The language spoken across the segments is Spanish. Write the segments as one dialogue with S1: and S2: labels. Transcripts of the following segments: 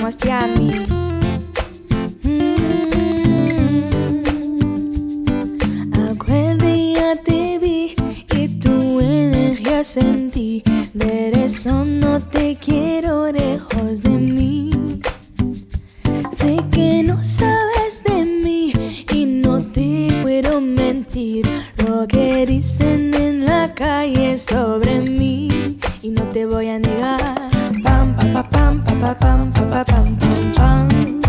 S1: más yummy. Mm. Aquel día te vi y tu energía sentí. De eso no te quiero lejos de mí. Sé que no sabes de mí y no te puedo mentir. Lo que dicen en la calle sobre mí y no te voy a negar. Pam, pam, pam, pam, pam, pam, pam, pam, pam, pam, pam, pam.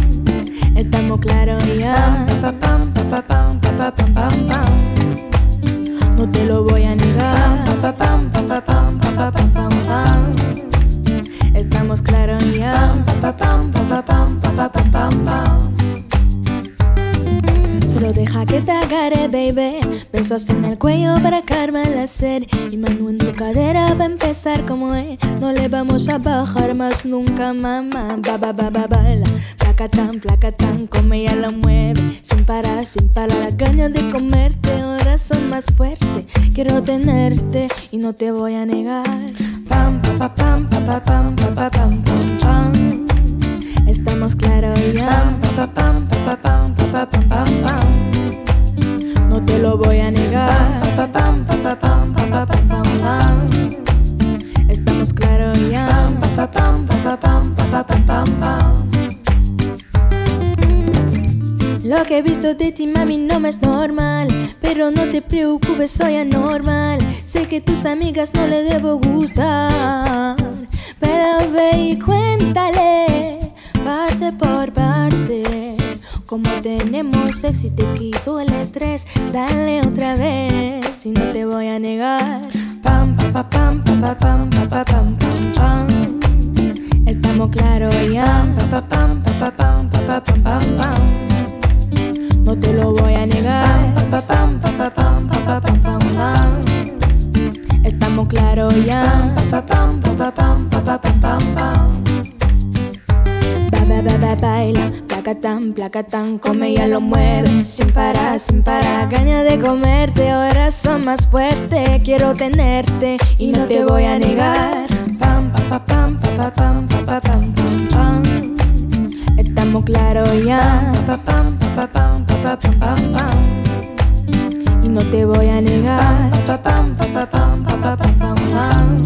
S1: Estamos claros ya. Pam, pam, pam, pam, pam, pam, pam, pam, pam, pam. No te lo voy a negar. Pam, pam, pam, pam, pam, pam, pam, pam, pam, pam. Estamos claros ya. Pam, pam, pam, pam, pam, pam, pam, pam, pam, pam. Solo deja que te agarre, baby. Besos en el cuello para calmar la sed. Y mano en tu cadera para empezar como es. No le vamos a bajar más nunca, mamá. Ba, ba, ba, ba, baila. Placatán, placatán, come ella la mueve. Sin parar, sin parar. Las ganas de comerte ahora son más fuertes. Quiero tenerte y no te voy a negar. Pam, pa, pa, pam, pa, pa, pam, pa, pa, pam, pam, pam. Estamos claros ya. Pam, pam, pam, pam, pam, pam, pam, pam, pam. No te lo voy a negar. Pam, pam, pam, pam, pam, pam, pam, pam, pam, pam. Estamos claros ya. Pam, pam, pam, pam, pam, pam, pam, pam, pam. Lo que he visto de ti, mami, no me es normal. Pero no te preocupes, soy anormal. Sé que tus amigas no le debo gustar. Pero ve y cuéntale, parte por parte. Como tenemos sexo y te quito el estrés, dale otra vez y no te voy a negar. Pam, pam, pam, pam, pam, pam, pam, pam, pam, pam, pam, pam. Estamos claros ya. Pam, pam, pam, pam, pam, pam, pam, pam, pam, pam. No te lo voy a negar. Pam, pam, pam, pam, pam, pam, pam, pam, pam, pam. Estamos claros ya. Pam, pam, pam, pam, pam, pam, pam, pam, pam, pam. Ba, ba, ba, ba, baila, placatán, placatán, come y ya lo mueve, sin parar, sin parar, ganas de comerte, ahora son más fuerte, quiero tenerte y no te voy a negar. Pam, pam, pam, pam, pam, pam, pam, pam, pam, pam, pam. Estamos claros ya. Pam, pam, pam, pam, pam, pam, pam, pam, pam. Y no te voy a negar. Pam, pam, pam, pam, pam, pam, pam, pam, pam, pam.